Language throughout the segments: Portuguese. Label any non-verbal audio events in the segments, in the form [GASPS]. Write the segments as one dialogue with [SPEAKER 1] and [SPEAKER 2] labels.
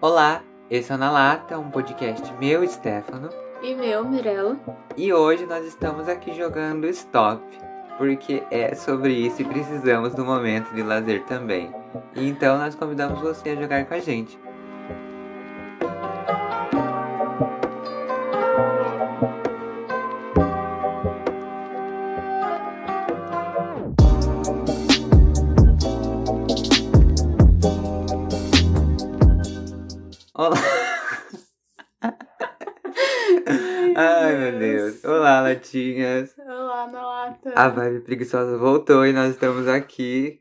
[SPEAKER 1] Olá, esse é o Na Lata, um podcast meu, Stefano,
[SPEAKER 2] E meu, Mirella.
[SPEAKER 1] e hoje nós estamos aqui jogando Stop, porque é sobre isso e precisamos do momento de lazer também. E então nós convidamos você a jogar com a gente. Olá. Ai, meu Deus. Olá, latinhas.
[SPEAKER 2] Olá, na lata.
[SPEAKER 1] A vibe preguiçosa voltou e nós estamos aqui.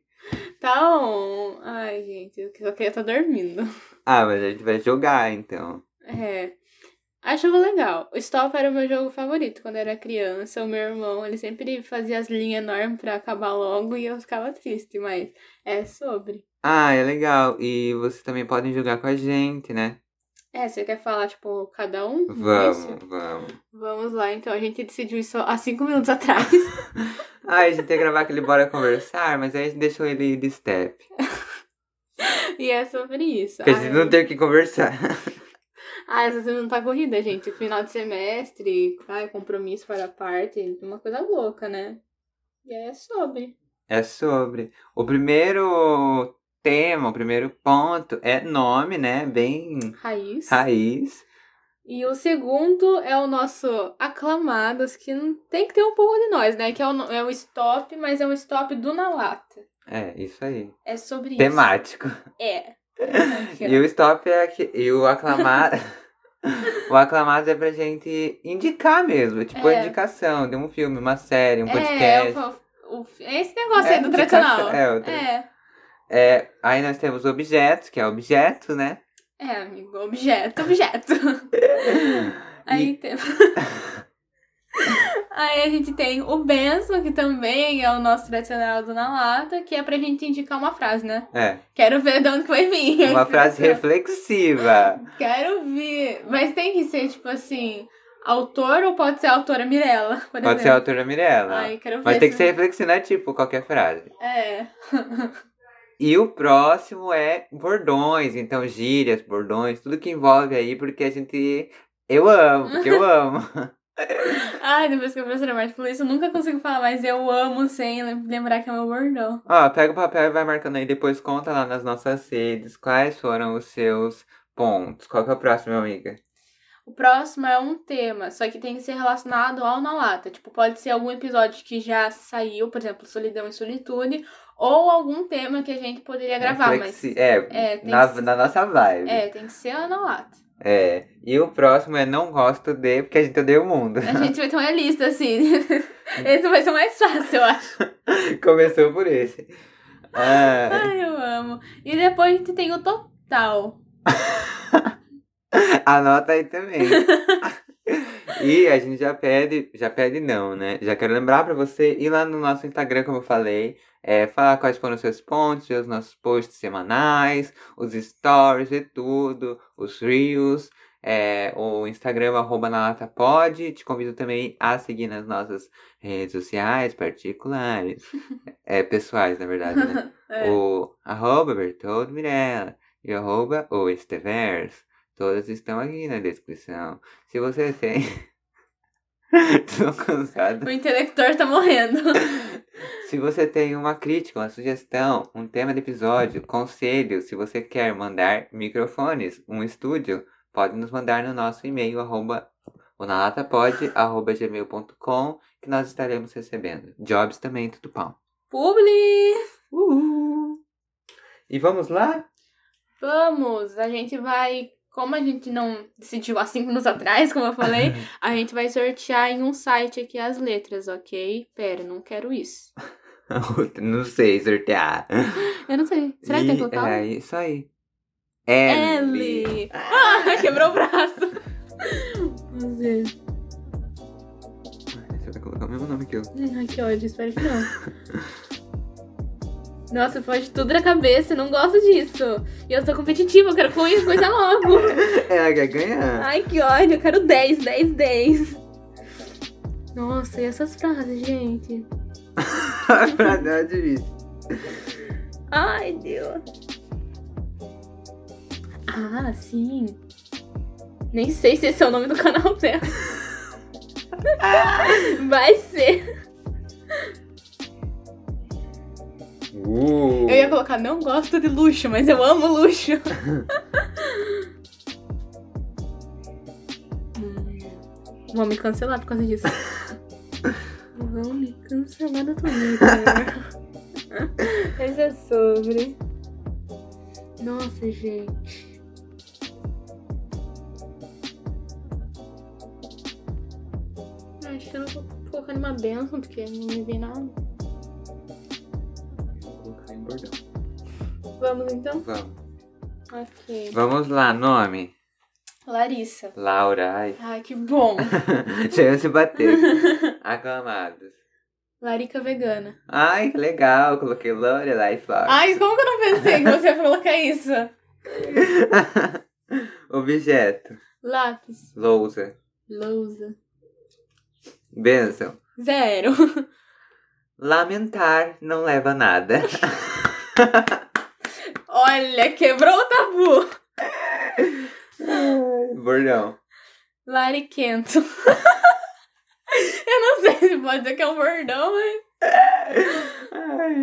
[SPEAKER 2] Tá on. Ai, gente, eu só queria estar dormindo.
[SPEAKER 1] Ah, mas a gente vai jogar então.
[SPEAKER 2] É. Acho jogo legal. O Stop era o meu jogo favorito quando eu era criança. O meu irmão, ele sempre fazia as linhas enormes pra acabar logo e eu ficava triste, mas é sobre.
[SPEAKER 1] Ah, é legal. E vocês também podem jogar com a gente, né?
[SPEAKER 2] É, você quer falar, tipo, cada um? Isso?
[SPEAKER 1] Vamos, vamos.
[SPEAKER 2] Vamos lá, então. A gente decidiu isso há cinco minutos atrás. [LAUGHS]
[SPEAKER 1] Ah, a gente ia gravar aquele Bora Conversar, mas aí a gente deixou ele de step.
[SPEAKER 2] e é sobre isso.
[SPEAKER 1] Porque a gente
[SPEAKER 2] Ai.
[SPEAKER 1] não tem o que conversar.
[SPEAKER 2] Ah, essa semana tá corrida, gente. Final de semestre, ai, compromisso para a parte, uma coisa louca, né? E aí é sobre.
[SPEAKER 1] É sobre. O primeiro tema, o primeiro ponto é nome, né? Bem
[SPEAKER 2] Raiz.
[SPEAKER 1] raiz.
[SPEAKER 2] E o segundo é o nosso aclamados, que não- tem que ter um pouco de nós, né? Que é o, no- é o stop, mas é um stop do na lata.
[SPEAKER 1] É, isso aí.
[SPEAKER 2] É sobre
[SPEAKER 1] Temático.
[SPEAKER 2] isso. É. Aqui, ó.
[SPEAKER 1] E o stop é aqui. E o
[SPEAKER 2] [LAUGHS]
[SPEAKER 1] aclamado. o aclamado é pra gente indicar mesmo. Tipo,
[SPEAKER 2] É.
[SPEAKER 1] a indicação de um filme, uma série, um
[SPEAKER 2] é,
[SPEAKER 1] podcast.
[SPEAKER 2] o- o- é esse negócio
[SPEAKER 1] É,
[SPEAKER 2] aí do
[SPEAKER 1] indicação,
[SPEAKER 2] tradicional.
[SPEAKER 1] é, o tra-
[SPEAKER 2] é.
[SPEAKER 1] É, aí nós temos objetos, que é objeto,
[SPEAKER 2] [LAUGHS]
[SPEAKER 1] né?
[SPEAKER 2] É, amigo. Objeto, objeto. Aí tem... [LAUGHS] Aí a gente tem o Benzo, que também é o nosso tradicional do Na Lata, que é pra gente indicar uma frase, né?
[SPEAKER 1] E, é,
[SPEAKER 2] Quero ver de onde que vai vir. a
[SPEAKER 1] uma frase
[SPEAKER 2] inspiração.
[SPEAKER 1] reflexiva.
[SPEAKER 2] Quero ver. Mas tem que ser, tipo assim, autor ou pode ser a autora Mirella, [LAUGHS] por
[SPEAKER 1] Pode ser a
[SPEAKER 2] exemplo.
[SPEAKER 1] autora Mirella.
[SPEAKER 2] Ai, quero ver.
[SPEAKER 1] Mas tem que
[SPEAKER 2] se-
[SPEAKER 1] ser reflexiva, né? tipo qualquer frase.
[SPEAKER 2] É.
[SPEAKER 1] E o próximo é bordões, então gírias, bordões, tudo que envolve aí, porque a gente. Eu amo, porque
[SPEAKER 2] [LAUGHS]
[SPEAKER 1] eu amo.
[SPEAKER 2] Ai, depois que a professora Marta falou isso, eu nunca consigo falar, mas eu amo sem lem- lembrar que é meu bordão.
[SPEAKER 1] Ó, pega o papel e vai marcando aí, depois conta lá nas nossas redes quais foram os seus pontos. Qual que é o próximo, amiga?
[SPEAKER 2] O próximo é um tema, só que tem que ser relacionado ao Na Lata. Tipo, pode ser algum episódio que já saiu, por exemplo, Solidão e Solitude, ou algum tema que a gente poderia gravar,
[SPEAKER 1] Reflexi- É,
[SPEAKER 2] É, tem
[SPEAKER 1] na,
[SPEAKER 2] que ser-
[SPEAKER 1] na nossa vibe.
[SPEAKER 2] mas. É, tem que ser a Na Lata.
[SPEAKER 1] É. E o próximo é não gosto de, porque a gente odeia o mundo. [LAUGHS]
[SPEAKER 2] A gente vai ter uma lista, assim. [LAUGHS] Esse vai ser o mais fácil, eu acho.
[SPEAKER 1] Começou por esse. Ah,
[SPEAKER 2] Ai, eu amo. E depois a gente tem o total.
[SPEAKER 1] anota aí também. [LAUGHS] e a gente já pede, já pede não, né? Já quero lembrar pra você ir lá no nosso Instagram, como eu falei, é, falar quais foram os seus pontos, ver os nossos posts semanais, os stories e tudo, os reels. É, o Instagram arroba na lata pode. Te convido também a seguir nas nossas redes sociais particulares. é, pessoais, na verdade, né?
[SPEAKER 2] É.
[SPEAKER 1] o arroba Bertoldo Mirella e o arroba o Esteverso. Todas estão aqui na descrição. Se você tem. [LAUGHS] Tô cansado.
[SPEAKER 2] O intelector tá morrendo.
[SPEAKER 1] [LAUGHS] Se você tem uma crítica, uma sugestão, um tema de episódio, conselho, se você quer mandar microfones, um estúdio, pode nos mandar no nosso e-mail, arroba onalatapod, arroba gmail.com, que nós estaremos recebendo. Jobs também, tudo pão.
[SPEAKER 2] Publi!
[SPEAKER 1] Uhul. E vamos lá? [LAUGHS]
[SPEAKER 2] Vamos, a gente vai. Como a gente não decidiu há cinco minutos atrás, como eu falei, a gente vai sortear em um site aqui as letras, ok? Pera, não quero isso.
[SPEAKER 1] Não sei sortear.
[SPEAKER 2] Eu não sei. Será que tem
[SPEAKER 1] E
[SPEAKER 2] total?
[SPEAKER 1] É isso aí. L.
[SPEAKER 2] L. Ah, [LAUGHS] quebrou o braço. Vamos ver.
[SPEAKER 1] Você vai colocar o mesmo nome que eu. [LAUGHS]
[SPEAKER 2] Ai, que ódio, espero que não. Nossa, foge tudo na cabeça, eu não gosto disso. E eu sou competitiva, eu quero coisa, coisa logo.
[SPEAKER 1] Ela É, quer ganhar. [LAUGHS]
[SPEAKER 2] Ai, que ódio, eu quero 10, 10, 10. Nossa, e essas frases, gente?
[SPEAKER 1] pra dar de vista.
[SPEAKER 2] Ai, Deus. Ah, sim. Nem sei se esse é o nome do canal dela. [LAUGHS] Vai ser.
[SPEAKER 1] Uh,
[SPEAKER 2] Eu ia colocar não gosto de luxo, mas eu amo [LAUGHS] luxo. Hum, Vão me cancelar por causa [LAUGHS] disso. Vão me cancelar do Twitter. [LAUGHS] Mas é sobre. Nossa, gente. Acho que eu não vou colocar nenhuma benção, porque não me vem nada.
[SPEAKER 1] vou colocar em bordão.
[SPEAKER 2] Vamos então?
[SPEAKER 1] Vamos.
[SPEAKER 2] Ok.
[SPEAKER 1] Vamos lá, nome.
[SPEAKER 2] Larissa.
[SPEAKER 1] Laura, ai. [LAUGHS]
[SPEAKER 2] Ai, que bom.
[SPEAKER 1] Chegou a se
[SPEAKER 2] [LAUGHS]
[SPEAKER 1] bater. Aclamados.
[SPEAKER 2] Larica vegana.
[SPEAKER 1] Ai, que legal. Coloquei Lorelai Flowers.
[SPEAKER 2] Ai, como que eu não pensei que você ia colocar isso?
[SPEAKER 1] Objeto.
[SPEAKER 2] Lápis.
[SPEAKER 1] Lousa.
[SPEAKER 2] Lousa.
[SPEAKER 1] Benção.
[SPEAKER 2] Zero.
[SPEAKER 1] Lamentar não leva a
[SPEAKER 2] [LAUGHS]
[SPEAKER 1] nada.
[SPEAKER 2] Olha, quebrou o tabu.
[SPEAKER 1] Bordão.
[SPEAKER 2] Lariquento. [LAUGHS] eu não sei se pode dizer que é um bordão, mas...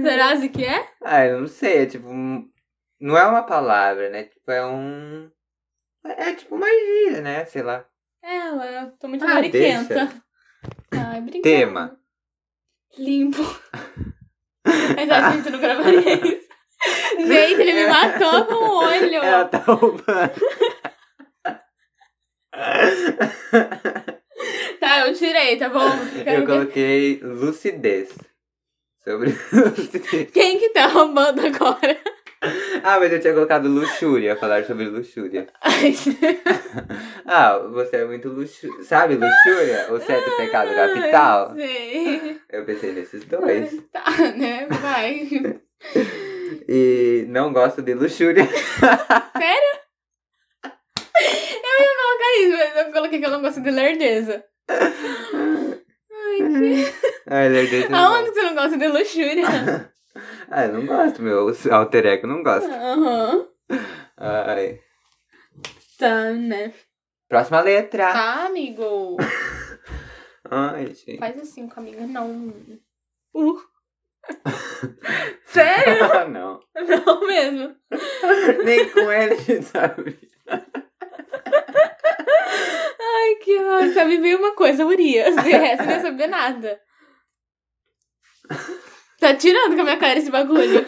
[SPEAKER 2] Será que é?
[SPEAKER 1] Ah, eu não sei, é tipo. um- Não é uma palavra, né? Tipo, é um. É tipo uma gíria, né? Sei lá.
[SPEAKER 2] Ela, É, eu tô muito
[SPEAKER 1] Ah,
[SPEAKER 2] lariquenta. Ai, obrigada.
[SPEAKER 1] Tema. [LAUGHS]
[SPEAKER 2] Limpo. Mas acho que a gente não gravaria
[SPEAKER 1] [LAUGHS]
[SPEAKER 2] isso. Gente, ele me matou com o olho.
[SPEAKER 1] Ela tá roubando.
[SPEAKER 2] Tá, eu tirei,
[SPEAKER 1] [LAUGHS]
[SPEAKER 2] tá bom? Quero
[SPEAKER 1] Eu
[SPEAKER 2] ver
[SPEAKER 1] coloquei lucidez. Sobre [LAUGHS] lucidez.
[SPEAKER 2] Quem que tá roubando
[SPEAKER 1] [LAUGHS]
[SPEAKER 2] agora?
[SPEAKER 1] Ah, mas eu tinha colocado luxúria, falar sobre luxúria.
[SPEAKER 2] Ai,
[SPEAKER 1] Ah, você é muito luxúria. Sabe luxúria? O sete
[SPEAKER 2] Ah,
[SPEAKER 1] pecado
[SPEAKER 2] é eu
[SPEAKER 1] tá capital?
[SPEAKER 2] Sei.
[SPEAKER 1] Eu pensei nesses dois.
[SPEAKER 2] Tá, né? Vai. [LAUGHS]
[SPEAKER 1] E não gosto de luxúria. [LAUGHS]
[SPEAKER 2] Coloca isso, mas eu coloquei que eu não gosto de lerdeza. Ai, que...
[SPEAKER 1] Ai, lerdeza não
[SPEAKER 2] Aonde que você não gosta de
[SPEAKER 1] [LAUGHS]
[SPEAKER 2] luxúria?
[SPEAKER 1] gosto. Ah, eu não gosto, meu alter ego, não gosto.
[SPEAKER 2] Aham.
[SPEAKER 1] Ai.
[SPEAKER 2] Tá, né?
[SPEAKER 1] Próxima letra.
[SPEAKER 2] Tá, amigo.
[SPEAKER 1] Ai, gente. [LAUGHS]
[SPEAKER 2] Faz assim com a amiga. Não. Uh. Sério? [LAUGHS]
[SPEAKER 1] não.
[SPEAKER 2] Não mesmo.
[SPEAKER 1] Nem com ele, sabe?
[SPEAKER 2] Ai, que ódio. Sabe, veio uma coisa, Urias. [LAUGHS] De resto, eu não sabia nada. Tá tirando com a minha cara esse bagulho.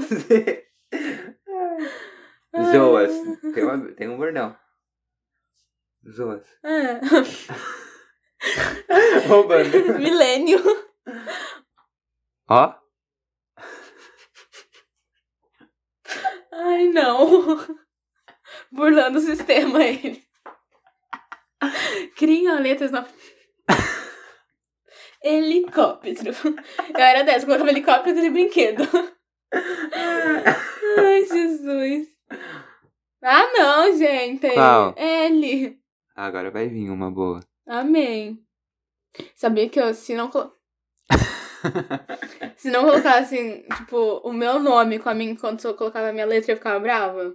[SPEAKER 1] Zoas. Tem, uma- tem um bordão. Zoas.
[SPEAKER 2] Ah.
[SPEAKER 1] Roubando.
[SPEAKER 2] [LAUGHS] Milênio.
[SPEAKER 1] Ó.
[SPEAKER 2] Ai, não. Burlando o sistema, ele. Cria letras na... [LAUGHS] Helicóptero. Eu era dessa, colocava helicóptero de brinquedo. Ai, Jesus. Ah, não, gente.
[SPEAKER 1] Qual?
[SPEAKER 2] L.
[SPEAKER 1] Agora vai vir uma boa.
[SPEAKER 2] Amém. Sabia que eu, se não...
[SPEAKER 1] [LAUGHS]
[SPEAKER 2] colo- Se não colocassem, tipo, o meu nome com a minha, quando eu colocava a minha letra, eu ficava brava.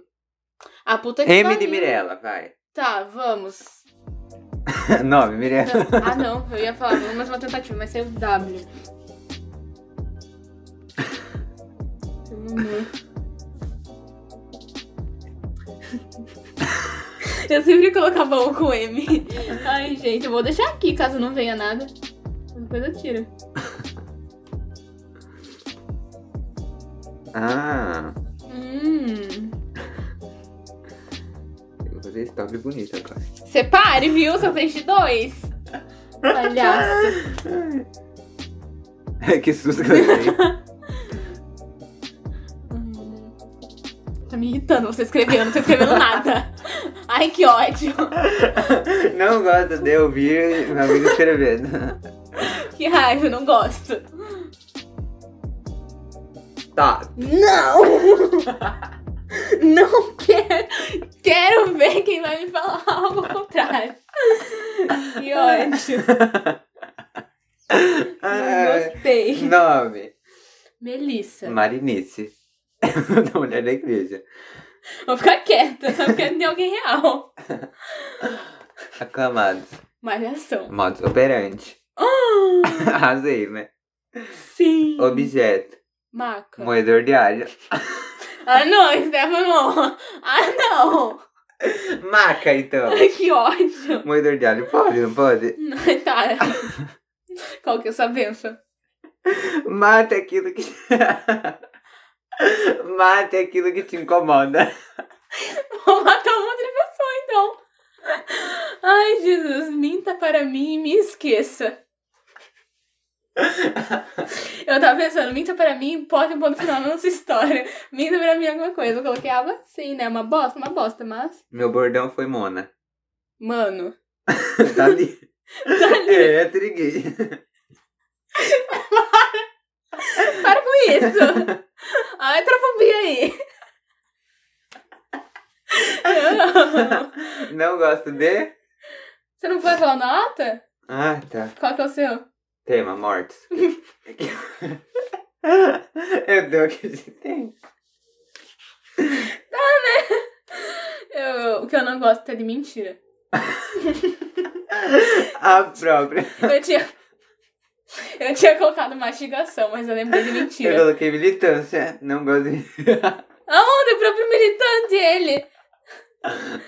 [SPEAKER 2] A puta que
[SPEAKER 1] M
[SPEAKER 2] pariu.
[SPEAKER 1] de Mirella, vai. [LAUGHS]
[SPEAKER 2] Tá, vamos.
[SPEAKER 1] Nome, Mirella.
[SPEAKER 2] Não, Ah, não, eu ia falar mais uma tentativa, mas saiu W. Eu sempre colocava um com M. Ai, gente, eu vou deixar aqui caso não venha nada. Depois eu tiro.
[SPEAKER 1] Ah.
[SPEAKER 2] Hum.
[SPEAKER 1] Eu vou fazer stop bonito agora. [LAUGHS]
[SPEAKER 2] Separe, viu? Só preenche dois. Palhaço.
[SPEAKER 1] que susto que eu dei.
[SPEAKER 2] Hum. Tá me irritando você escrever, eu não tô escrevendo nada. Ai, que ódio.
[SPEAKER 1] Não gosto de ouvir meu amigo escrevendo. [LAUGHS]
[SPEAKER 2] Que raiva, eu não gosto.
[SPEAKER 1] Tá.
[SPEAKER 2] Não! Não quero! Quero ver quem vai me falar algo contrário. Que ódio. Não
[SPEAKER 1] Ah,
[SPEAKER 2] gostei.
[SPEAKER 1] nome.
[SPEAKER 2] Melissa.
[SPEAKER 1] Marinice. [LAUGHS] da mulher da igreja.
[SPEAKER 2] Vou ficar quieta, só porque não tem alguém real.
[SPEAKER 1] Aclamados.
[SPEAKER 2] Malhação.
[SPEAKER 1] Modus operandi. [LAUGHS]
[SPEAKER 2] Ah,
[SPEAKER 1] Arrasei, né?
[SPEAKER 2] sim.
[SPEAKER 1] Objeto.
[SPEAKER 2] Maca.
[SPEAKER 1] Moedor de alho.
[SPEAKER 2] Ah, não, Stefano. Ah, não. [LAUGHS]
[SPEAKER 1] Maca, então.
[SPEAKER 2] que ódio.
[SPEAKER 1] Moedor de alho pode, não pode?
[SPEAKER 2] Tá. Qual que é a sua benção?
[SPEAKER 1] Mata aquilo que. [LAUGHS] Mate aquilo que te incomoda.
[SPEAKER 2] [LAUGHS] Vou matar uma outra pessoa, então. Ai, Jesus, minta para mim e me esqueça. Eu tava pensando, minta para mim, pode um ponto final na nossa história. Minta para mim alguma coisa. Eu coloquei água sim, né? Uma bosta, uma bosta, mas.
[SPEAKER 1] Meu bordão foi Mona.
[SPEAKER 2] Mano.
[SPEAKER 1] Tá ali.
[SPEAKER 2] Tá ali.
[SPEAKER 1] É, triguei.
[SPEAKER 2] Para com isso! Ai, trofobia aí! Eu amo.
[SPEAKER 1] Não gosto de.
[SPEAKER 2] Você não foi falar nota?
[SPEAKER 1] Ah, tá.
[SPEAKER 2] Qual que é o seu?
[SPEAKER 1] Tema, mortes. [LAUGHS] Eu dei o que a gente tem.
[SPEAKER 2] Ah, né? Eu- o que eu não gosto é de mentira.
[SPEAKER 1] A própria.
[SPEAKER 2] Eu tinha. Eu tinha colocado mastigação, mas eu lembrei de
[SPEAKER 1] Eu
[SPEAKER 2] mentira.
[SPEAKER 1] coloquei militância. Não gosto de. [LAUGHS]
[SPEAKER 2] Aonde o próprio militante ele?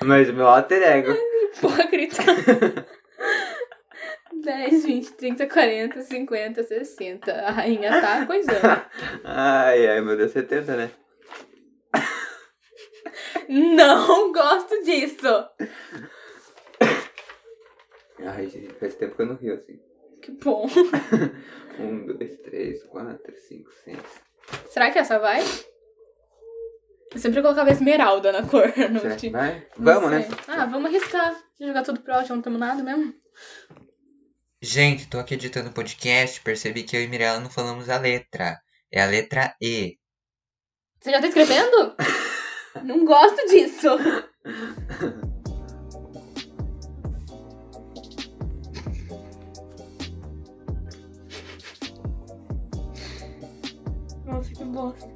[SPEAKER 1] Mas meu alter ego.
[SPEAKER 2] Hipócrita. [LAUGHS] 10, 20, 30, 40, 50, 60. A rainha tá coisando.
[SPEAKER 1] Ai, ai, meu Deus, 70, né?
[SPEAKER 2] Não gosto disso.
[SPEAKER 1] Ai, gente, faz tempo que eu não rio assim.
[SPEAKER 2] Que bom.
[SPEAKER 1] Um, dois, três, quatro, cinco, seis.
[SPEAKER 2] Será que essa vai? Eu sempre colocava esmeralda na cor. Não
[SPEAKER 1] Será que
[SPEAKER 2] tinha-
[SPEAKER 1] vai?
[SPEAKER 2] não
[SPEAKER 1] Vamos, né?
[SPEAKER 2] sei. Ah, vamos arriscar. Jogar tudo pro alto, não temos nada mesmo.
[SPEAKER 1] Gente, tô aqui editando o podcast, percebi que eu e Mirella não falamos a letra. É a letra E.
[SPEAKER 2] Você já tá escrevendo? Não gosto disso. Nossa, que bosta.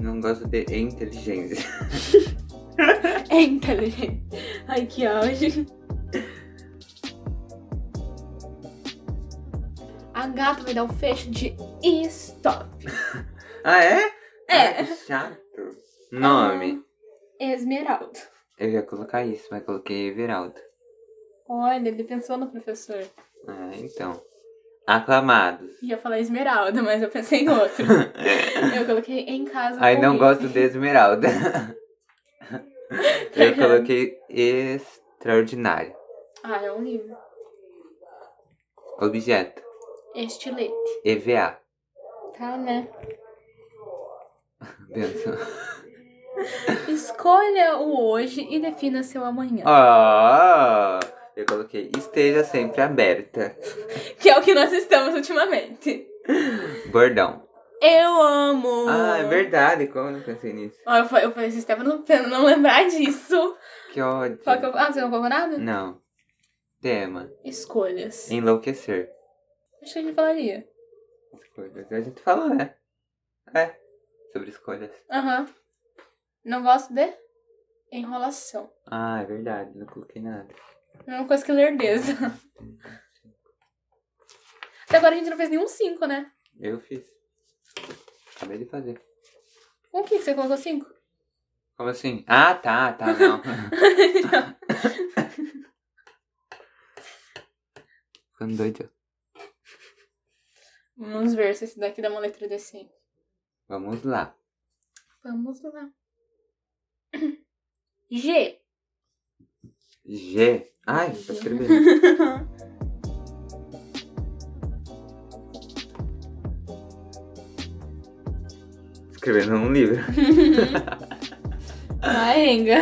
[SPEAKER 1] Não gosto de inteligência. [LAUGHS]
[SPEAKER 2] É inteligente. Ai, que auge. A gata vai dar o fecho de stop.
[SPEAKER 1] Ah, é?
[SPEAKER 2] É. Ah.
[SPEAKER 1] Ai, que chato. Nome.
[SPEAKER 2] Esmeralda.
[SPEAKER 1] Eu ia colocar isso, mas coloquei Everaldo.
[SPEAKER 2] Olha, ele pensou no professor.
[SPEAKER 1] Ah, então. Aclamados.
[SPEAKER 2] Ia falar esmeralda, mas eu pensei
[SPEAKER 1] [LAUGHS]
[SPEAKER 2] em outro. Eu coloquei em casa.
[SPEAKER 1] Ai,
[SPEAKER 2] com
[SPEAKER 1] não
[SPEAKER 2] I.
[SPEAKER 1] gosto de
[SPEAKER 2] [LAUGHS]
[SPEAKER 1] Esmeralda.
[SPEAKER 2] Tá
[SPEAKER 1] Eu
[SPEAKER 2] errado.
[SPEAKER 1] coloquei extraordinário.
[SPEAKER 2] Ah, é um livro.
[SPEAKER 1] Objeto.
[SPEAKER 2] Estilete.
[SPEAKER 1] EVA.
[SPEAKER 2] Tá, né?
[SPEAKER 1] Benção.
[SPEAKER 2] Escolha o hoje e defina seu amanhã.
[SPEAKER 1] Ó, eu coloquei esteja sempre aberta.
[SPEAKER 2] Que é o que nós estamos ultimamente.
[SPEAKER 1] Bordão.
[SPEAKER 2] Eu amo!
[SPEAKER 1] Ah, é verdade, como eu não pensei nisso?
[SPEAKER 2] Ó, eu falei, eu falei assim, Stefano, não, não lembrar disso.
[SPEAKER 1] Que ódio.
[SPEAKER 2] Qual que eu... Ah, você não colocou nada?
[SPEAKER 1] Não. Tema.
[SPEAKER 2] Escolhas.
[SPEAKER 1] Enlouquecer.
[SPEAKER 2] Acho que a gente falaria.
[SPEAKER 1] Escolhas. A gente falou, né? É. Sobre escolhas.
[SPEAKER 2] Aham. Não gosto de enrolação.
[SPEAKER 1] Ah, é verdade, não coloquei nada.
[SPEAKER 2] Mesma É coisa que lerdeza. Até agora a gente não fez nenhum 5, né?
[SPEAKER 1] Eu fiz. Acabei de fazer.
[SPEAKER 2] Com o que que você colocou 5?
[SPEAKER 1] Como assim? Ah, tá, tá, não. [LAUGHS] Ficando doido.
[SPEAKER 2] Vamos ver se esse daqui dá uma letra de 5.
[SPEAKER 1] Vamos lá.
[SPEAKER 2] Vamos lá. G.
[SPEAKER 1] G. Ai, tá escrevendo. Escrevendo num livro.
[SPEAKER 2] Maenga.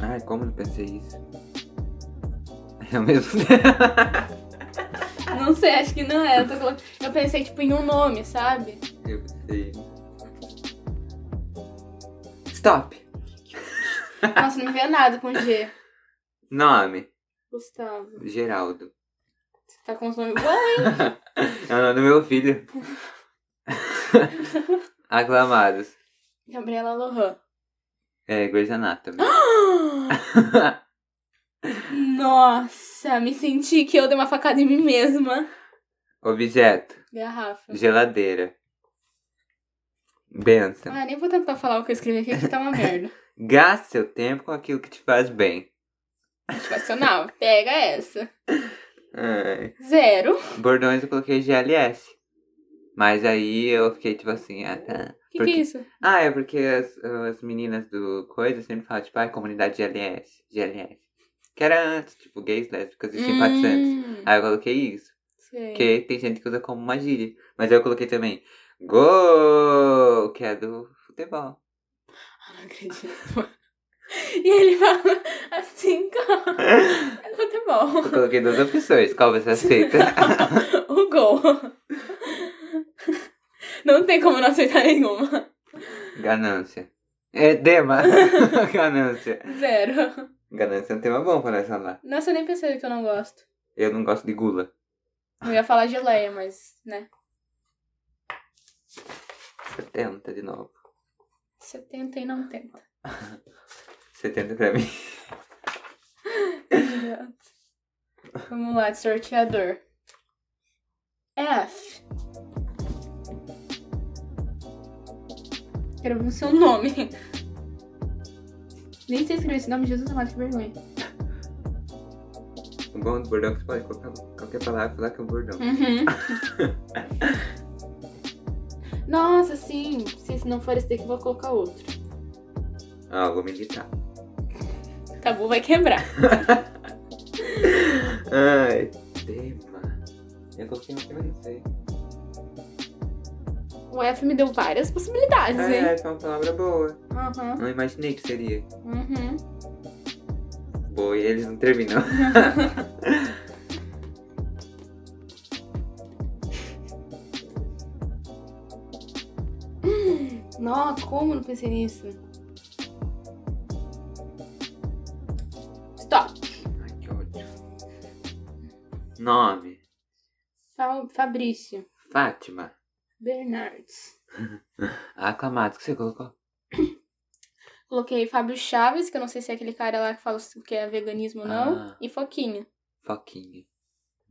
[SPEAKER 1] Ai, como eu não pensei isso? É o mesmo. [LAUGHS]
[SPEAKER 2] Não sei, acho que não é. Eu, tô colocando- eu pensei, tipo, em um nome, sabe?
[SPEAKER 1] eu pensei. Stop.
[SPEAKER 2] Nossa, não me veio nada com G.
[SPEAKER 1] Nome.
[SPEAKER 2] Gustavo.
[SPEAKER 1] Geraldo.
[SPEAKER 2] Você tá com os nomes bons, hein?
[SPEAKER 1] É o nome do meu filho. [LAUGHS] Aclamados.
[SPEAKER 2] Gabriela Lohan.
[SPEAKER 1] É, Grey's Anatomy.
[SPEAKER 2] Nossa, me senti que eu dei uma facada em mim mesma.
[SPEAKER 1] Objeto.
[SPEAKER 2] Garrafa.
[SPEAKER 1] Geladeira. Benção.
[SPEAKER 2] Ah, nem vou tentar falar o que eu escrevi aqui, que tá
[SPEAKER 1] [LAUGHS]
[SPEAKER 2] uma merda.
[SPEAKER 1] Gaste seu tempo com aquilo que te faz bem.
[SPEAKER 2] Motivacional. Pega essa.
[SPEAKER 1] Ai.
[SPEAKER 2] Zero.
[SPEAKER 1] É, Bordões eu coloquei GLS. Mas aí eu fiquei tipo assim, ah tá.
[SPEAKER 2] O que,
[SPEAKER 1] Por
[SPEAKER 2] que é
[SPEAKER 1] quê?
[SPEAKER 2] isso?
[SPEAKER 1] Ah, é porque as, as meninas do coisa sempre falam, tipo, ah, comunidade GLS, GLS. Que era antes, tipo, gays, lésbicas e simpatizantes.
[SPEAKER 2] Hum,
[SPEAKER 1] Aí eu coloquei isso.
[SPEAKER 2] sei.
[SPEAKER 1] Porque tem gente que usa como uma gíria. Mas eu coloquei também gol, que é do futebol.
[SPEAKER 2] Ah, não acredito. [LAUGHS] E ele fala assim, [LAUGHS] cara. É
[SPEAKER 1] Eu
[SPEAKER 2] futebol.
[SPEAKER 1] coloquei duas opções, qual você aceita?
[SPEAKER 2] o gol. [LAUGHS] Não tem como não aceitar nenhuma.
[SPEAKER 1] Ganância. É tema. [LAUGHS] Ganância.
[SPEAKER 2] Zero.
[SPEAKER 1] Ganância é um tema bom pra nós falar.
[SPEAKER 2] Nossa, eu nem pensei que eu não gosto.
[SPEAKER 1] Eu não gosto de gula.
[SPEAKER 2] Eu ia falar geleia, mas, né.
[SPEAKER 1] 70 de novo.
[SPEAKER 2] 70 e não tenta.
[SPEAKER 1] 70 pra [LAUGHS] mim.
[SPEAKER 2] Vamos lá, de sorteador. F. Quero ver o seu nome. Nem sei escrever esse nome, Jesus amado, que vergonha.
[SPEAKER 1] O bom do bordão é que você pode colocar qualquer palavra e falar que é um bordão.
[SPEAKER 2] [LAUGHS] Uhum. Nossa, sim. Se esse não for esse daqui, eu vou colocar outro.
[SPEAKER 1] Ah, eu vou meditar.
[SPEAKER 2] Tabu Tá vai quebrar.
[SPEAKER 1] Ai, tema. Eu coloquei um que eu não sei.
[SPEAKER 2] O F me deu várias possibilidades,
[SPEAKER 1] Ah,
[SPEAKER 2] hein?
[SPEAKER 1] é, foi uma palavra boa.
[SPEAKER 2] Aham.
[SPEAKER 1] Não imaginei que seria.
[SPEAKER 2] Uhum.
[SPEAKER 1] Boa, e eles não terminam.
[SPEAKER 2] Nossa, como não pensei nisso? Stop.
[SPEAKER 1] Ai, que ódio. Nome.
[SPEAKER 2] Fa- Fabrício.
[SPEAKER 1] Fátima. Ah,
[SPEAKER 2] Bernardes.
[SPEAKER 1] Aclamado, que você colocou?
[SPEAKER 2] Coloquei Fábio Chaves, que eu não sei se é aquele cara lá que fala o que é veganismo ou não.
[SPEAKER 1] Ah.
[SPEAKER 2] E Foquinha.
[SPEAKER 1] Foquinha.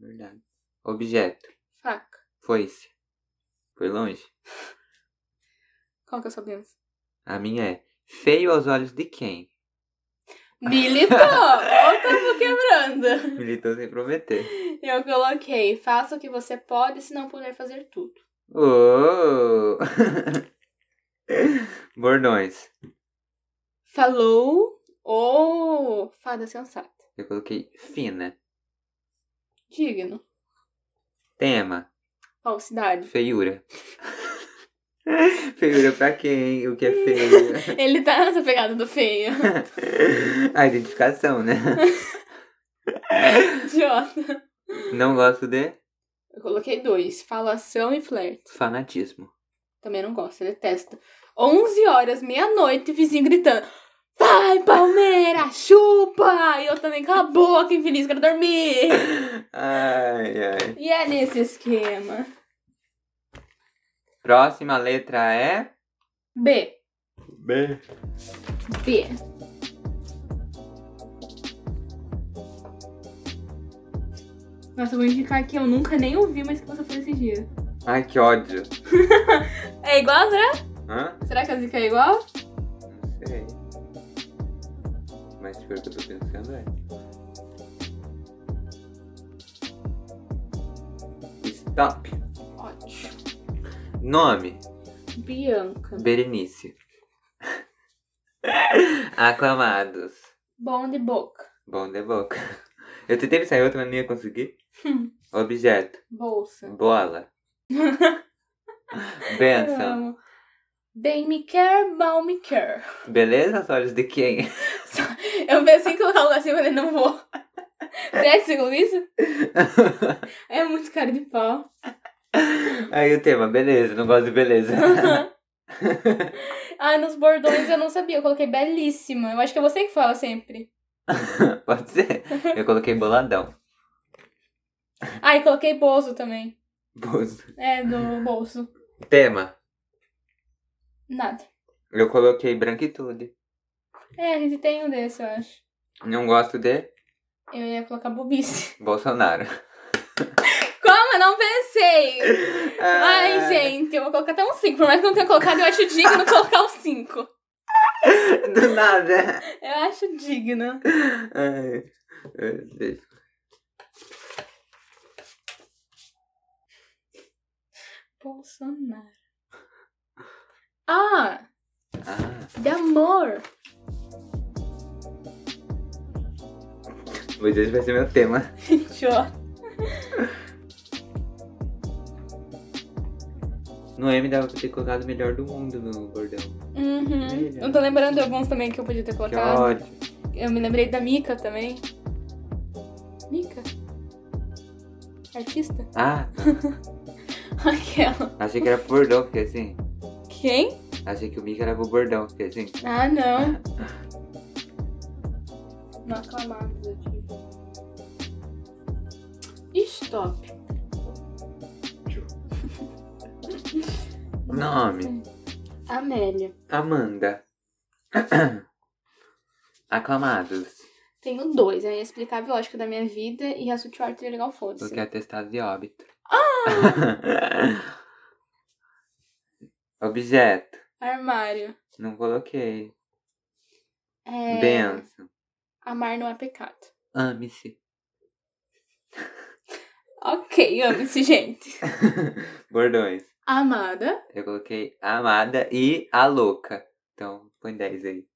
[SPEAKER 1] É Verdade. Objeto.
[SPEAKER 2] Faca.
[SPEAKER 1] Foice. Foi longe?
[SPEAKER 2] Qual que é a sua bênção?
[SPEAKER 1] A minha é feio aos olhos de quem? [LAUGHS]
[SPEAKER 2] Militou! Olha o tabu quebrando.
[SPEAKER 1] Militou sem prometer.
[SPEAKER 2] Eu coloquei, faça o que você pode se não puder fazer tudo.
[SPEAKER 1] Oh! [LAUGHS] Bordões.
[SPEAKER 2] Falou ou fada sensata.
[SPEAKER 1] Eu coloquei fina.
[SPEAKER 2] Digno.
[SPEAKER 1] Tema.
[SPEAKER 2] Falsidade.
[SPEAKER 1] Feiura. [LAUGHS] feiura pra quem? O que é [LAUGHS] feio?
[SPEAKER 2] Ele tá nessa pegada do feio. [LAUGHS]
[SPEAKER 1] A identificação, né?
[SPEAKER 2] Idiota.
[SPEAKER 1] Não gosto de
[SPEAKER 2] Eu coloquei dois. Falação e flerte.
[SPEAKER 1] fanatismo.
[SPEAKER 2] Também não gosto, detesto. 11 horas, meia-noite, vizinho gritando: Vai, Palmeiras, chupa! E eu também com a boca infeliz, quero dormir.
[SPEAKER 1] Ai, ai.
[SPEAKER 2] E é nesse esquema.
[SPEAKER 1] Próxima letra é.
[SPEAKER 2] B.
[SPEAKER 1] B.
[SPEAKER 2] B. Nossa, eu vou indicar que eu nunca nem ouvi, mas que você fez esse dia.
[SPEAKER 1] Ai, que ódio.
[SPEAKER 2] É igual, será?
[SPEAKER 1] Hã?
[SPEAKER 2] Será que a zica é igual?
[SPEAKER 1] Não sei. Mas se for o que eu tô pensando, é. Stop.
[SPEAKER 2] Ótimo.
[SPEAKER 1] Nome:
[SPEAKER 2] Bianca.
[SPEAKER 1] Berenice. [LAUGHS] Aclamados.
[SPEAKER 2] Bom de boca.
[SPEAKER 1] Bom de boca. Eu tentei pensar em outra, mas não ia conseguir. Objeto:
[SPEAKER 2] Bolsa. [LAUGHS]
[SPEAKER 1] Bola. Benção.
[SPEAKER 2] Amo. Bem me quer, mal me
[SPEAKER 3] [LAUGHS]
[SPEAKER 2] quer.
[SPEAKER 1] Beleza? Os olhos de quem? [LAUGHS]
[SPEAKER 2] Eu pensei em colocar um assim, mas eu não
[SPEAKER 3] [LAUGHS]
[SPEAKER 2] vou.
[SPEAKER 3] Né,
[SPEAKER 2] Sério, que você colocou isso? É muito cara de pau.
[SPEAKER 1] Aí o tema, beleza, [LAUGHS] não gosto de beleza.
[SPEAKER 3] Ai, Ah, nos bordões eu não sabia. Eu coloquei belíssima. Eu acho que é você que fala sempre.
[SPEAKER 1] Pode ser. Eu coloquei boladão.
[SPEAKER 3] Ai, Ah, coloquei bozo também.
[SPEAKER 1] Bozo.
[SPEAKER 3] É, do bolso.
[SPEAKER 1] Tema.
[SPEAKER 3] Nada.
[SPEAKER 1] Eu coloquei branquitude.
[SPEAKER 3] É, a gente tem um desse, eu acho.
[SPEAKER 1] Não gosto de
[SPEAKER 3] Eu ia colocar bobice. [LAUGHS]
[SPEAKER 1] Bolsonaro.
[SPEAKER 3] Como? Eu não pensei. Ai,
[SPEAKER 1] Ah,
[SPEAKER 3] gente, eu vou colocar até um 5. Por mais que eu não tenha colocado, eu acho digno colocar um 5.
[SPEAKER 1] Do nada.
[SPEAKER 3] Eu acho digno.
[SPEAKER 1] Ai, meu Deus.
[SPEAKER 3] Bolsonaro. [LAUGHS] Ah,
[SPEAKER 1] Ah,
[SPEAKER 3] de amor.
[SPEAKER 1] meu Deus, vai ser meu tema.
[SPEAKER 3] Gente, ó.
[SPEAKER 1] Noemi dava pra ter colocado o melhor do mundo no bordão.
[SPEAKER 3] Uhum. Eu tô lembrando de alguns também que eu podia ter
[SPEAKER 1] Que
[SPEAKER 3] colocado.
[SPEAKER 1] ódio.
[SPEAKER 3] Eu me lembrei da Mika também. Mika?
[SPEAKER 2] [LAUGHS]
[SPEAKER 3] Artista?
[SPEAKER 1] Ah,
[SPEAKER 3] Aquela.
[SPEAKER 1] achei que era pro bordão, fiquei assim.
[SPEAKER 3] Quem?
[SPEAKER 1] Achei que o Mickey era pro bordão, fiquei assim.
[SPEAKER 3] Ah, não. Não aclamados aqui.
[SPEAKER 2] Stop.
[SPEAKER 1] Nome.
[SPEAKER 2] Amélia.
[SPEAKER 1] Amanda. [COUGHS] Aclamados.
[SPEAKER 2] Tenho dois. É a inexplicável lógica da minha vida e a sutil arte legal foda-se.
[SPEAKER 1] Porque é atestado de óbito.
[SPEAKER 2] Ah!
[SPEAKER 1] [LAUGHS] Objeto.
[SPEAKER 3] Armário.
[SPEAKER 1] Não coloquei.
[SPEAKER 2] É,
[SPEAKER 1] Benção.
[SPEAKER 2] Amar não é pecado.
[SPEAKER 1] Ame-se.
[SPEAKER 3] Ok, amo esse gente.
[SPEAKER 1] Bordões.
[SPEAKER 2] Amada.
[SPEAKER 1] Eu coloquei a amada e a louca. Então, põe 10 aí.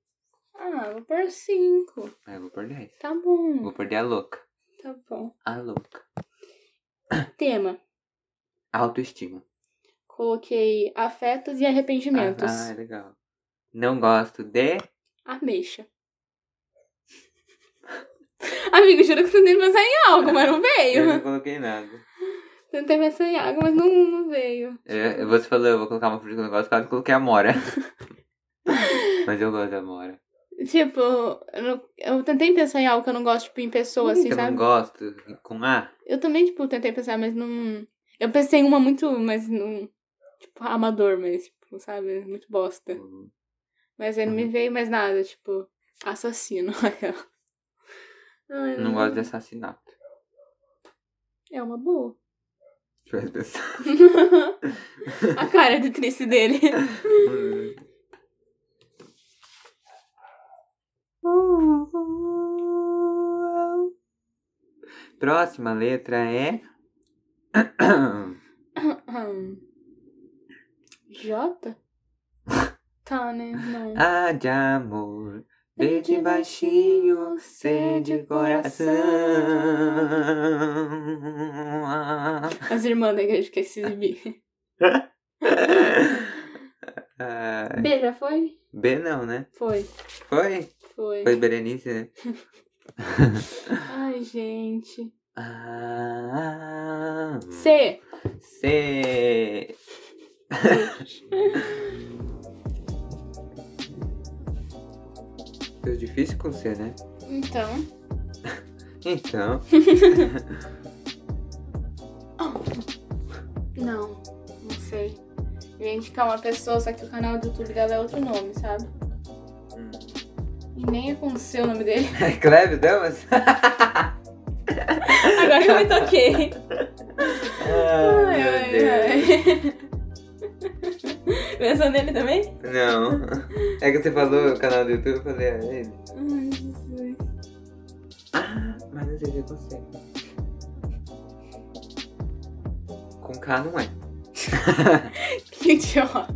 [SPEAKER 3] Ah, vou pôr cinco.
[SPEAKER 1] Ah, eu vou por 10.
[SPEAKER 3] Tá bom.
[SPEAKER 1] Vou perder a louca.
[SPEAKER 3] Tá bom.
[SPEAKER 1] A louca.
[SPEAKER 2] Tema.
[SPEAKER 1] Autoestima.
[SPEAKER 2] Coloquei afetos e arrependimentos.
[SPEAKER 1] Ah, ah, legal. Não gosto de.
[SPEAKER 2] Ameixa. [LAUGHS] Amigo, juro que eu tentei pensar em algo, mas não
[SPEAKER 1] Eu
[SPEAKER 2] veio.
[SPEAKER 1] não coloquei nada.
[SPEAKER 2] [LAUGHS] Tentei pensar em algo, mas não, não veio.
[SPEAKER 1] Eu- É, você falou, eu vou colocar uma fruta que eu não gosto, quase coloquei
[SPEAKER 2] [LAUGHS]
[SPEAKER 1] Amora. Mas eu gosto da Amora.
[SPEAKER 2] Tipo, eu, não- eu tentei pensar em algo que eu não gosto, tipo, em pessoa, assim,
[SPEAKER 1] Hum, eu não
[SPEAKER 2] sabe?
[SPEAKER 1] gosto. Com A?
[SPEAKER 2] Eu também, tipo, tentei pensar, mas não. Eu pensei em uma muito, mas não. Tipo, amador, mas, tipo, sabe? Muito bosta.
[SPEAKER 1] Uhum.
[SPEAKER 2] Mas aí não me veio mais nada, tipo, assassino. [LAUGHS] Ai,
[SPEAKER 1] Não gosto de assassinato.
[SPEAKER 2] É uma boa.
[SPEAKER 1] Deixa eu pensar.
[SPEAKER 2] A cara de triste dele.
[SPEAKER 1] Próxima letra é. [CLEARS THROAT]
[SPEAKER 2] Jota? Tá, né? Não.
[SPEAKER 1] Ah, de amor, vê de baixinho, sede coração. [LAUGHS]
[SPEAKER 2] As irmãs da igreja que se exibir.
[SPEAKER 1] Ah,
[SPEAKER 2] B já foi?
[SPEAKER 1] B não, né?
[SPEAKER 2] Foi,
[SPEAKER 1] Foi?
[SPEAKER 2] foi.
[SPEAKER 1] Foi Berenice, né?
[SPEAKER 2] Ai, gente.
[SPEAKER 1] Ah,
[SPEAKER 2] C.
[SPEAKER 1] C. Deu Tá difícil com C, né?
[SPEAKER 2] Então.
[SPEAKER 1] Então, [LAUGHS]
[SPEAKER 2] Não, não sei. Eu ia
[SPEAKER 3] é
[SPEAKER 2] indicar uma pessoa, só que o canal do YouTube dela é outro nome, sabe?
[SPEAKER 1] Hum.
[SPEAKER 2] E nem aconteceu o nome dele.
[SPEAKER 1] é Cleve Damas?
[SPEAKER 3] [LAUGHS] Agora eu me toquei.
[SPEAKER 1] [LAUGHS] Ai, meu Deus.
[SPEAKER 3] [LAUGHS] Pensou nele também?
[SPEAKER 1] Não. É que você falou o canal do YouTube, eu falei, ah, ele.
[SPEAKER 3] Ai, Jesus.
[SPEAKER 1] Ah, mas não sei se eu consigo. Com K não é.
[SPEAKER 3] [LAUGHS] Que idiota.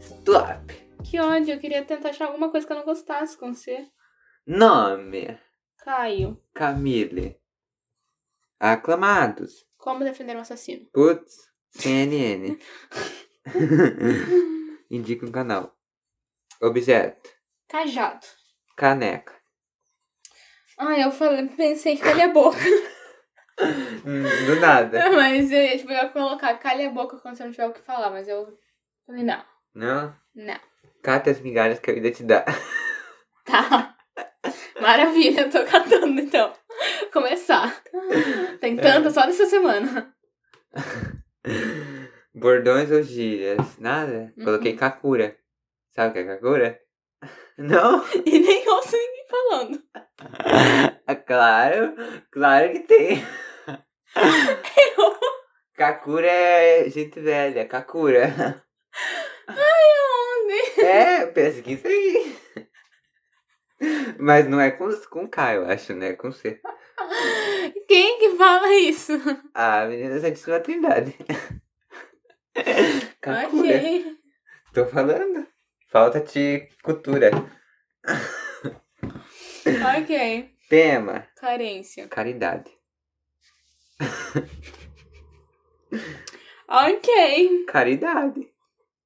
[SPEAKER 1] Stop.
[SPEAKER 3] Que ódio, eu queria tentar achar alguma coisa que eu não gostasse com você.
[SPEAKER 1] Nome.
[SPEAKER 3] Caio,
[SPEAKER 1] Camille. Aclamados.
[SPEAKER 3] como defender um assassino?
[SPEAKER 1] Putz. CNN. [LAUGHS] Indica um canal. Objeto.
[SPEAKER 3] Cajado.
[SPEAKER 1] Caneca.
[SPEAKER 3] é Ah, eu falei, pensei que calha a boca.
[SPEAKER 1] Hum, Do nada.
[SPEAKER 2] [LAUGHS] Mas eu ia, tipo, eu ia colocar calha a boca quando você não tiver o que falar, mas eu falei, não,
[SPEAKER 1] Não?
[SPEAKER 2] não.
[SPEAKER 1] Cata as migalhas que eu ia te dar.
[SPEAKER 2] Tá. [LAUGHS] Maravilha, eu tô catando então. Começar. Tem tanta só dessa semana. [LAUGHS]
[SPEAKER 1] Bordões ou gírias? Nada.
[SPEAKER 2] Uhum.
[SPEAKER 1] Coloquei kakura. Sabe o que é kakura? [LAUGHS] Não?
[SPEAKER 2] E nem ouço ninguém falando.
[SPEAKER 1] Ah, Claro, claro que tem. Kakura é gente velha, kakura.
[SPEAKER 2] Onde?
[SPEAKER 1] É, pesquisa aí. Mas não é com, com K, eu acho, né? É Com C.
[SPEAKER 2] Quem que fala isso?
[SPEAKER 1] Ah, menina Santíssima Trindade. Kakura.
[SPEAKER 2] Ok.
[SPEAKER 1] Tô falando. Falta de cultura.
[SPEAKER 2] Ok.
[SPEAKER 1] Tema:
[SPEAKER 2] Carência.
[SPEAKER 1] caridade.
[SPEAKER 2] Ok.
[SPEAKER 1] Caridade.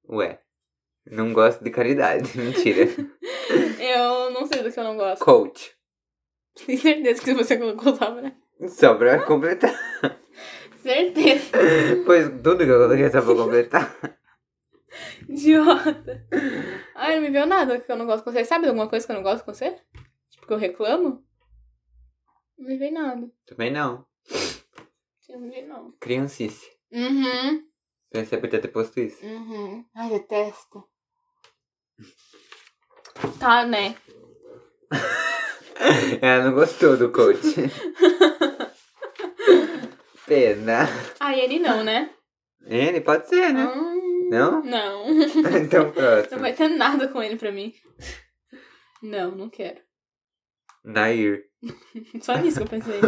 [SPEAKER 1] Ué, não gosto de caridade. [LAUGHS] Mentira.
[SPEAKER 2] Eu não sei do que eu não gosto.
[SPEAKER 1] Coach.
[SPEAKER 2] Tenho certeza que você colocou lá, né?
[SPEAKER 1] Só pra completar. [LAUGHS]
[SPEAKER 2] Certeza.
[SPEAKER 1] Pois tudo que eu coloquei só pra completar.
[SPEAKER 2] Idiota. Ai, não me viu nada que eu não gosto com você. Sabe de alguma coisa que eu não gosto com você? Tipo, que eu reclamo? Não me veio nada.
[SPEAKER 1] [LAUGHS] Também não.
[SPEAKER 2] Não me veio, não.
[SPEAKER 1] Criancice.
[SPEAKER 2] Uhum.
[SPEAKER 1] Pensei podia ter posto isso.
[SPEAKER 2] Uhum. Ai, detesto. Tá, né?
[SPEAKER 1] [LAUGHS] Ela não gostou do coach. [LAUGHS] Pena.
[SPEAKER 2] Ah, ele não, né?
[SPEAKER 1] Ele pode ser, né?
[SPEAKER 2] Hum,
[SPEAKER 1] Não?
[SPEAKER 2] Não.
[SPEAKER 1] [LAUGHS] Então
[SPEAKER 2] Não
[SPEAKER 1] próximo.
[SPEAKER 2] vai ter nada com ele pra mim. Não, não quero.
[SPEAKER 1] Nair.
[SPEAKER 2] Só nisso que eu pensei.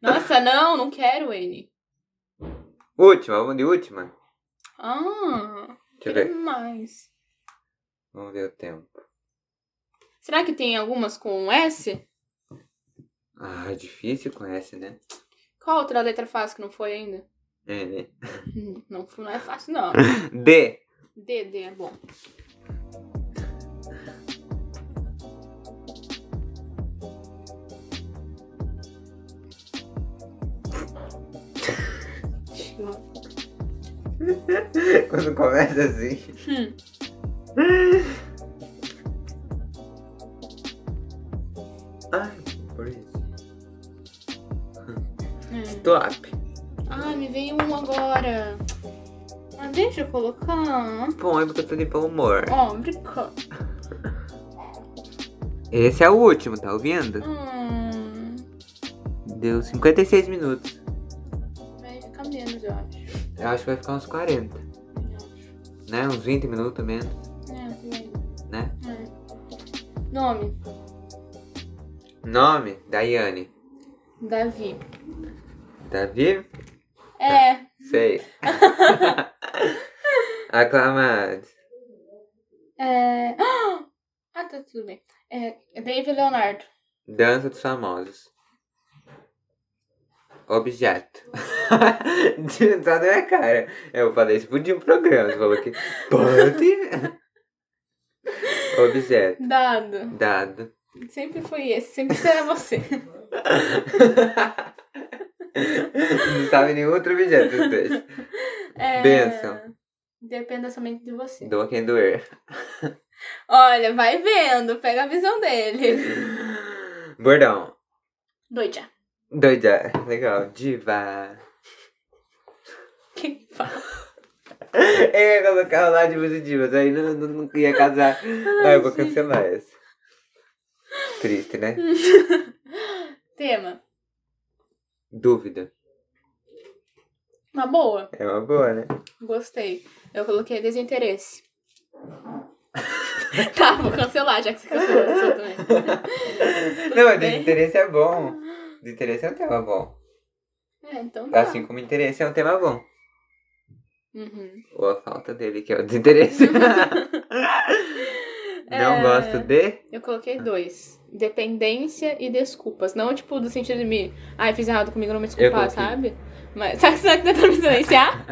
[SPEAKER 2] Nossa, não, não quero ele.
[SPEAKER 1] Última, vamos de última?
[SPEAKER 2] Ah,
[SPEAKER 1] Deixa eu
[SPEAKER 2] quero
[SPEAKER 1] ver.
[SPEAKER 2] mais.
[SPEAKER 1] Vamos ver o tempo.
[SPEAKER 2] Será que tem algumas com S?
[SPEAKER 1] Ah, difícil conhece, né?
[SPEAKER 2] Qual outra letra fácil que não foi ainda?
[SPEAKER 1] N.
[SPEAKER 2] Hum, Não, não é fácil, não.
[SPEAKER 1] D.
[SPEAKER 2] D, D é bom.
[SPEAKER 1] Quando começa assim.
[SPEAKER 2] Hum.
[SPEAKER 1] Ai, por isso.
[SPEAKER 2] Hum.
[SPEAKER 1] Stop.
[SPEAKER 2] Ah, me veio um agora. Mas deixa eu colocar.
[SPEAKER 1] Põe porque eu tô de bom humor.
[SPEAKER 2] Ó, brincou.
[SPEAKER 1] Esse é o último, tá ouvindo?
[SPEAKER 2] Hum,
[SPEAKER 1] Deu 56 minutos.
[SPEAKER 2] vai ficar menos, eu acho.
[SPEAKER 1] Eu acho que vai ficar uns 40,
[SPEAKER 2] Eu acho.
[SPEAKER 1] né? Uns 20 minutos menos,
[SPEAKER 2] É, também.
[SPEAKER 1] né?
[SPEAKER 2] É. Nome:
[SPEAKER 1] Nome: Daiane.
[SPEAKER 2] Davi.
[SPEAKER 1] Davi?
[SPEAKER 2] É,
[SPEAKER 1] Sei. [LAUGHS] Aclamado.
[SPEAKER 2] é. [GASPS] Ah, tá tudo bem. É, David Leonardo.
[SPEAKER 1] Dança dos famosos. Objeto. [LAUGHS] tá na minha cara. Eu falei, explodiu o programa. Você falou que. Pode. Objeto.
[SPEAKER 2] Dado.
[SPEAKER 1] Dado.
[SPEAKER 2] Sempre foi esse, sempre será você.
[SPEAKER 1] Não sabe nenhum outro objeto dos dois.
[SPEAKER 2] [LAUGHS] É,
[SPEAKER 1] Bênção.
[SPEAKER 2] Dependa somente de você.
[SPEAKER 1] Doa quem doer.
[SPEAKER 2] Olha, vai vendo, pega a visão [LAUGHS] dele.
[SPEAKER 1] Bordão.
[SPEAKER 2] Doida.
[SPEAKER 1] Doida. Legal. Diva.
[SPEAKER 2] Quem fala?
[SPEAKER 1] É, Eu ia colocar lá de positivas, aí não, não, não ia casar. Aí eu vou cancelar essa. Triste, né?
[SPEAKER 2] Tema.
[SPEAKER 1] Dúvida.
[SPEAKER 2] Uma boa.
[SPEAKER 1] É uma boa, né?
[SPEAKER 2] Gostei. Eu coloquei [LAUGHS] desinteresse. tá, vou cancelar, já que você cancelou o seu também.
[SPEAKER 1] Não, mas
[SPEAKER 2] bem.
[SPEAKER 1] desinteresse é bom. Desinteresse é um tema bom.
[SPEAKER 2] É, então tá.
[SPEAKER 1] Assim como interesse é um tema bom.
[SPEAKER 2] Uhum.
[SPEAKER 1] Ou a falta dele, que é o
[SPEAKER 2] [LAUGHS]
[SPEAKER 1] desinteresse. Não
[SPEAKER 2] É.
[SPEAKER 1] gosto de.
[SPEAKER 2] Eu coloquei dois. Dependência e desculpas. Não, tipo, do sentido de me... Ai, fiz errado comigo, não me desculpar,
[SPEAKER 1] coloquei.
[SPEAKER 2] sabe? Mas, [LAUGHS] sabe, sabe que dá pra me silenciar?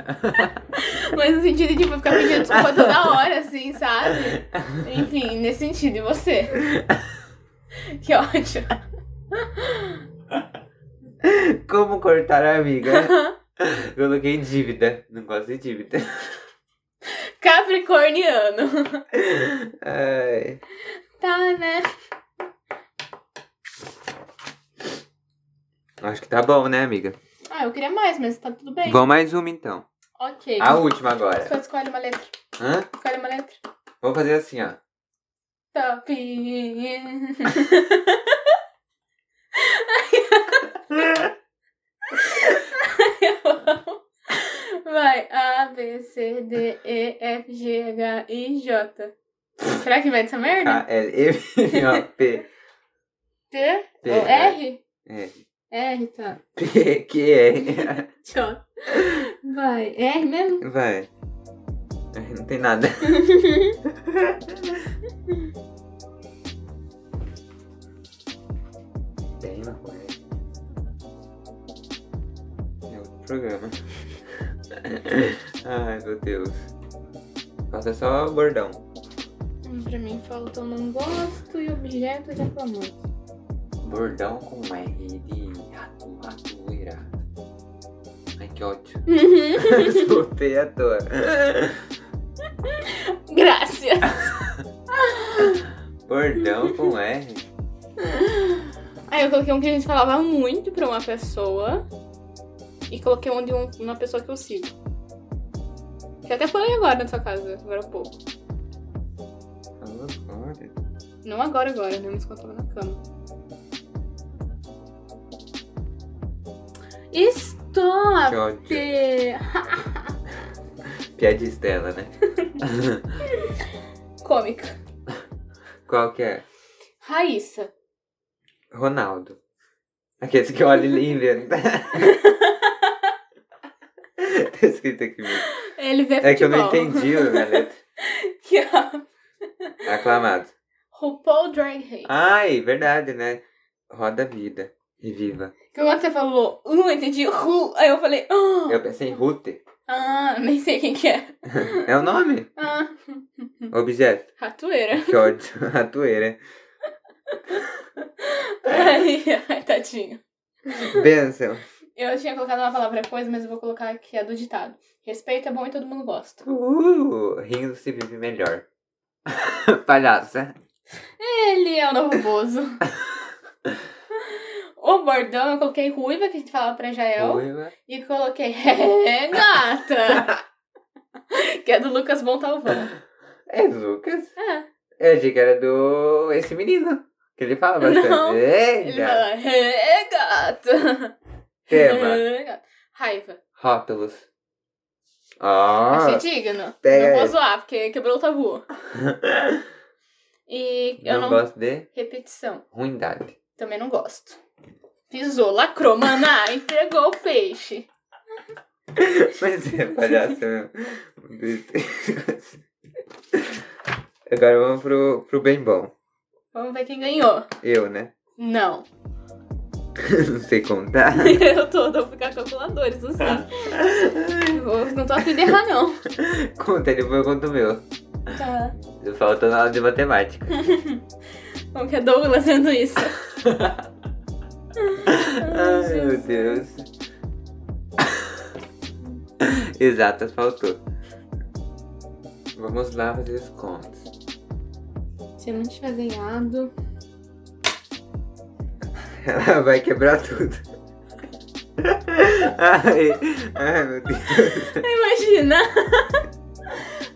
[SPEAKER 2] Mas no sentido de, tipo, ficar pedindo desculpa toda hora, assim, sabe? Enfim, nesse sentido. E você? Que ódio.
[SPEAKER 1] Como cortar a amiga? Coloquei dívida. Não gosto de dívida.
[SPEAKER 2] [LAUGHS] Capricorniano.
[SPEAKER 1] Ai.
[SPEAKER 2] Tá, né?
[SPEAKER 1] Acho que tá bom, né, amiga?
[SPEAKER 2] Ah, eu queria mais, mas tá tudo bem.
[SPEAKER 1] Vamos mais uma então.
[SPEAKER 2] Ok.
[SPEAKER 1] A última agora.
[SPEAKER 2] Só escolhe uma letra.
[SPEAKER 1] Hã?
[SPEAKER 2] Escolhe uma letra.
[SPEAKER 1] Vou fazer assim, ó.
[SPEAKER 2] Top. Vai. A, B, C, D, E, F, G, H, I, J. Será que vai dessa merda?
[SPEAKER 1] K, L, E, M, O, P,
[SPEAKER 2] T?
[SPEAKER 1] P,
[SPEAKER 2] Ou R?
[SPEAKER 1] R,
[SPEAKER 2] R, tá.
[SPEAKER 1] P, Q, R.
[SPEAKER 2] J. Vai. R mesmo?
[SPEAKER 1] Vai. Ai, Não tem nada. [LAUGHS] Tem uma coisa. É outro programa. [LAUGHS] Ai, meu Deus. Faça só bordão.
[SPEAKER 2] Hum, Pra mim faltou não gosto e objeto de aclamante.
[SPEAKER 1] Bordão com R de rato, rato, ira. Ai, que ódio. [LAUGHS] Soltei à toa.
[SPEAKER 2] Graças.
[SPEAKER 1] Bordão com R.
[SPEAKER 2] Aí eu coloquei um que a gente falava muito pra uma pessoa. E coloquei um de um- uma pessoa que eu sigo. Que eu até falei agora na sua casa, agora há pouco.
[SPEAKER 1] Falou agora.
[SPEAKER 2] Não agora, agora, né? Mas quando eu tava na cama.
[SPEAKER 1] Que
[SPEAKER 2] Stop!
[SPEAKER 1] ódio. Piadistela, né?
[SPEAKER 2] Cômica.
[SPEAKER 1] Qual que é?
[SPEAKER 2] Raíssa.
[SPEAKER 1] Ronaldo. Aqueles que olham e né? inventam. tá escrito aqui mesmo.
[SPEAKER 2] Ele vê futebol.
[SPEAKER 1] É que eu não entendi a minha letra.
[SPEAKER 2] [LAUGHS] Que é
[SPEAKER 1] Aclamado.
[SPEAKER 2] RuPaul Drag Race.
[SPEAKER 1] Ai, verdade, né? Roda a vida. E viva.
[SPEAKER 2] Que quando você falou, uh, entendi, ru. Aí eu falei, ah,
[SPEAKER 1] Eu pensei em Ruter.
[SPEAKER 2] ah, nem sei quem que é.
[SPEAKER 1] É o nome?
[SPEAKER 2] Ah, [LAUGHS]
[SPEAKER 1] Objeto.
[SPEAKER 2] ratoeira.
[SPEAKER 1] Que ódio. [LAUGHS] Ratoeira.
[SPEAKER 2] [LAUGHS] Ai, ai, tadinho.
[SPEAKER 1] Benção.
[SPEAKER 2] Eu tinha colocado uma palavra coisa, mas eu vou colocar aqui a do ditado. Respeito é bom e todo mundo gosta.
[SPEAKER 1] Uh, rindo se vive melhor. [LAUGHS] Palhaça.
[SPEAKER 2] Ele é o novo Bozo. [LAUGHS] o bordão, eu coloquei ruiva, que a gente falava pra Jael.
[SPEAKER 1] Ruiva.
[SPEAKER 2] E coloquei, é,
[SPEAKER 1] [LAUGHS]
[SPEAKER 2] gata. que é do Lucas [LAUGHS] Montalvão.
[SPEAKER 1] É Lucas.
[SPEAKER 2] É,
[SPEAKER 1] Eu achei que era do. Esse menino. Que ele fala bastante.
[SPEAKER 2] Não,
[SPEAKER 1] Eita.
[SPEAKER 2] ele fala, é, gata.
[SPEAKER 1] Tema.
[SPEAKER 2] [LAUGHS] É, gata. Raiva.
[SPEAKER 1] Rótulos. Ah.
[SPEAKER 2] Achei digno.
[SPEAKER 1] pega
[SPEAKER 2] não vou
[SPEAKER 1] esse.
[SPEAKER 2] zoar, porque quebrou o tabu.
[SPEAKER 1] [LAUGHS]
[SPEAKER 2] E eu
[SPEAKER 1] Não,
[SPEAKER 2] não.
[SPEAKER 1] gosto de
[SPEAKER 2] Repetição. [LAUGHS]
[SPEAKER 1] ruindade.
[SPEAKER 2] Também não gosto. Pisou, lacrou, maná, [LAUGHS] entregou o peixe.
[SPEAKER 1] Mas é palhaça mesmo. Agora vamos pro, pro bem bom.
[SPEAKER 2] Vamos ver quem ganhou.
[SPEAKER 1] Eu, né? [LAUGHS]
[SPEAKER 2] Não. [LAUGHS]
[SPEAKER 1] Não sei contar.
[SPEAKER 2] Eu tô, vou ficar calculadores, não sei.
[SPEAKER 1] [LAUGHS]
[SPEAKER 2] Eu vou- não tô afim de errar, não.
[SPEAKER 1] Conta, depois eu conto o meu.
[SPEAKER 2] Tá.
[SPEAKER 1] Faltou na aula de matemática.
[SPEAKER 2] Como que é Douglas sendo isso?
[SPEAKER 1] [LAUGHS] Ai, meu Deus. Exatas faltou. Vamos lá fazer os contos.
[SPEAKER 2] Se eu não
[SPEAKER 1] [LAUGHS]
[SPEAKER 2] tiver ganhado.
[SPEAKER 1] Ela vai quebrar tudo. Ai, ai, meu Deus. [LAUGHS]
[SPEAKER 2] Imagina!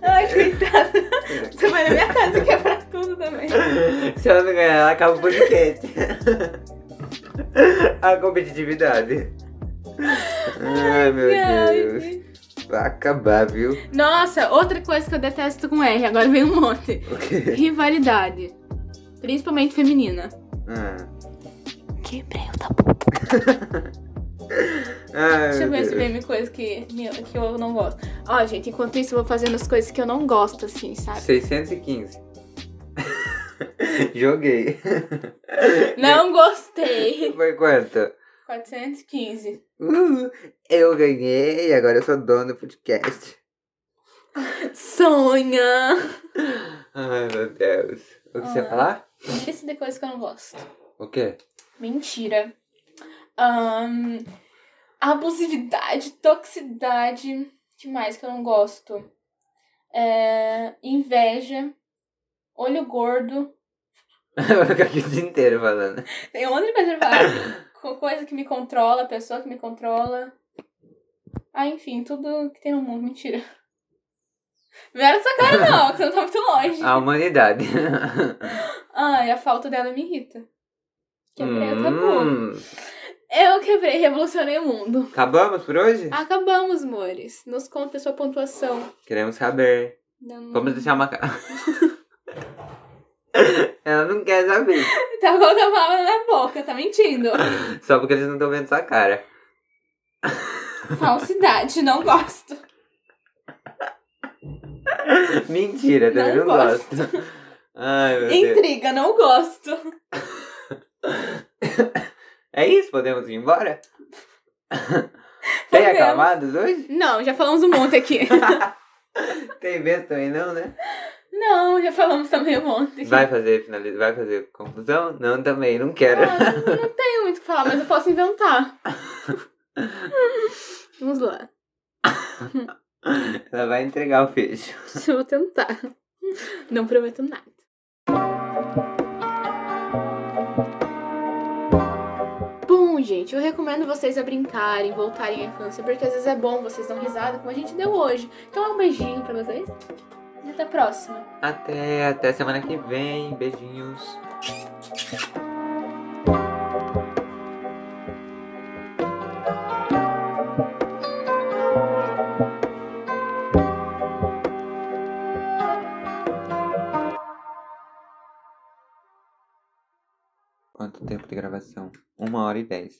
[SPEAKER 2] Ai, coitada.
[SPEAKER 1] [LAUGHS]
[SPEAKER 2] Você vai na minha casa quebrar tudo também.
[SPEAKER 1] Se ela não ganhar, ela acaba o podcast. A competitividade. Ai, meu Deus. Vai acabar, viu?
[SPEAKER 2] Nossa, outra coisa que eu detesto com R, agora vem um monte.
[SPEAKER 1] O quê?
[SPEAKER 2] Rivalidade. Principalmente feminina.
[SPEAKER 1] Ah.
[SPEAKER 2] Quebrei o tabu.
[SPEAKER 1] Ai,
[SPEAKER 2] Deixa
[SPEAKER 1] meu
[SPEAKER 2] eu ver se
[SPEAKER 1] Deus.
[SPEAKER 2] vem coisa que, que eu não gosto. Ó, gente, enquanto isso, eu vou fazendo as coisas que eu não gosto, assim, sabe?
[SPEAKER 1] 615. [LAUGHS] Joguei. [LAUGHS]
[SPEAKER 2] Não gostei.
[SPEAKER 1] Foi quanto?
[SPEAKER 2] 415.
[SPEAKER 1] Uh, eu ganhei, agora eu sou dono do podcast.
[SPEAKER 2] Sonha.
[SPEAKER 1] Ai, meu Deus. O que você ia
[SPEAKER 2] Ah.
[SPEAKER 1] falar? [LAUGHS]
[SPEAKER 2] Lista de coisas que eu não gosto.
[SPEAKER 1] O quê?
[SPEAKER 2] Mentira. Ahn, abusividade, toxicidade. que mais que eu não gosto? É, inveja. Olho gordo.
[SPEAKER 1] Vai ficar aqui o dia inteiro falando.
[SPEAKER 2] Tem um monte de coisa pra falar. [COUGHS] Co- coisa que me controla, pessoa que me controla. Ah, enfim, tudo que tem no mundo. Mentira. Não era essa cara, não, que você não tá muito longe.
[SPEAKER 1] A humanidade.
[SPEAKER 2] Ah, e a falta dela me irrita. Quebrei o tabu.
[SPEAKER 1] Hum,
[SPEAKER 2] Eu quebrei, revolucionei o mundo.
[SPEAKER 1] acabamos por
[SPEAKER 2] Ah.
[SPEAKER 1] hoje?
[SPEAKER 4] Acabamos, Mores. Nos conta a sua pontuação.
[SPEAKER 1] Queremos saber.
[SPEAKER 4] Não.
[SPEAKER 1] Vamos deixar uma. ca- [LAUGHS] Ela não quer saber.
[SPEAKER 2] [LAUGHS] Tá colocando a palavra na boca, tá mentindo.
[SPEAKER 1] Só porque eles não estão vendo sua cara.
[SPEAKER 2] Falsidade, não gosto.
[SPEAKER 1] Mentira, também não,
[SPEAKER 2] Não
[SPEAKER 1] gosto. Ai, meu Deus.
[SPEAKER 2] Intriga, não gosto.
[SPEAKER 1] É isso? Podemos ir
[SPEAKER 2] [LAUGHS]
[SPEAKER 1] embora? Tem
[SPEAKER 2] Podemos.
[SPEAKER 1] aclamados hoje?
[SPEAKER 4] Não, já falamos um monte aqui.
[SPEAKER 1] Tem vento também não, né?
[SPEAKER 2] [LAUGHS] Não, já falamos também um monte.
[SPEAKER 1] Vai fazer finaliza, vai fazer conclusão? Não, também, não quero.
[SPEAKER 2] Ah, não- não tenho muito o que falar, mas eu posso inventar.
[SPEAKER 4] Vamos lá.
[SPEAKER 1] Ela vai entregar o peixe.
[SPEAKER 4] Eu vou tentar. Não prometo nada. Bom, gente, eu recomendo vocês a brincarem, voltarem à infância, porque às vezes é bom vocês dão risada, como a gente deu hoje. Então é um beijinho pra vocês.
[SPEAKER 2] E Até a próxima.
[SPEAKER 1] Até, até semana que vem. Beijinhos. Quanto tempo de gravação? Uma hora e dez.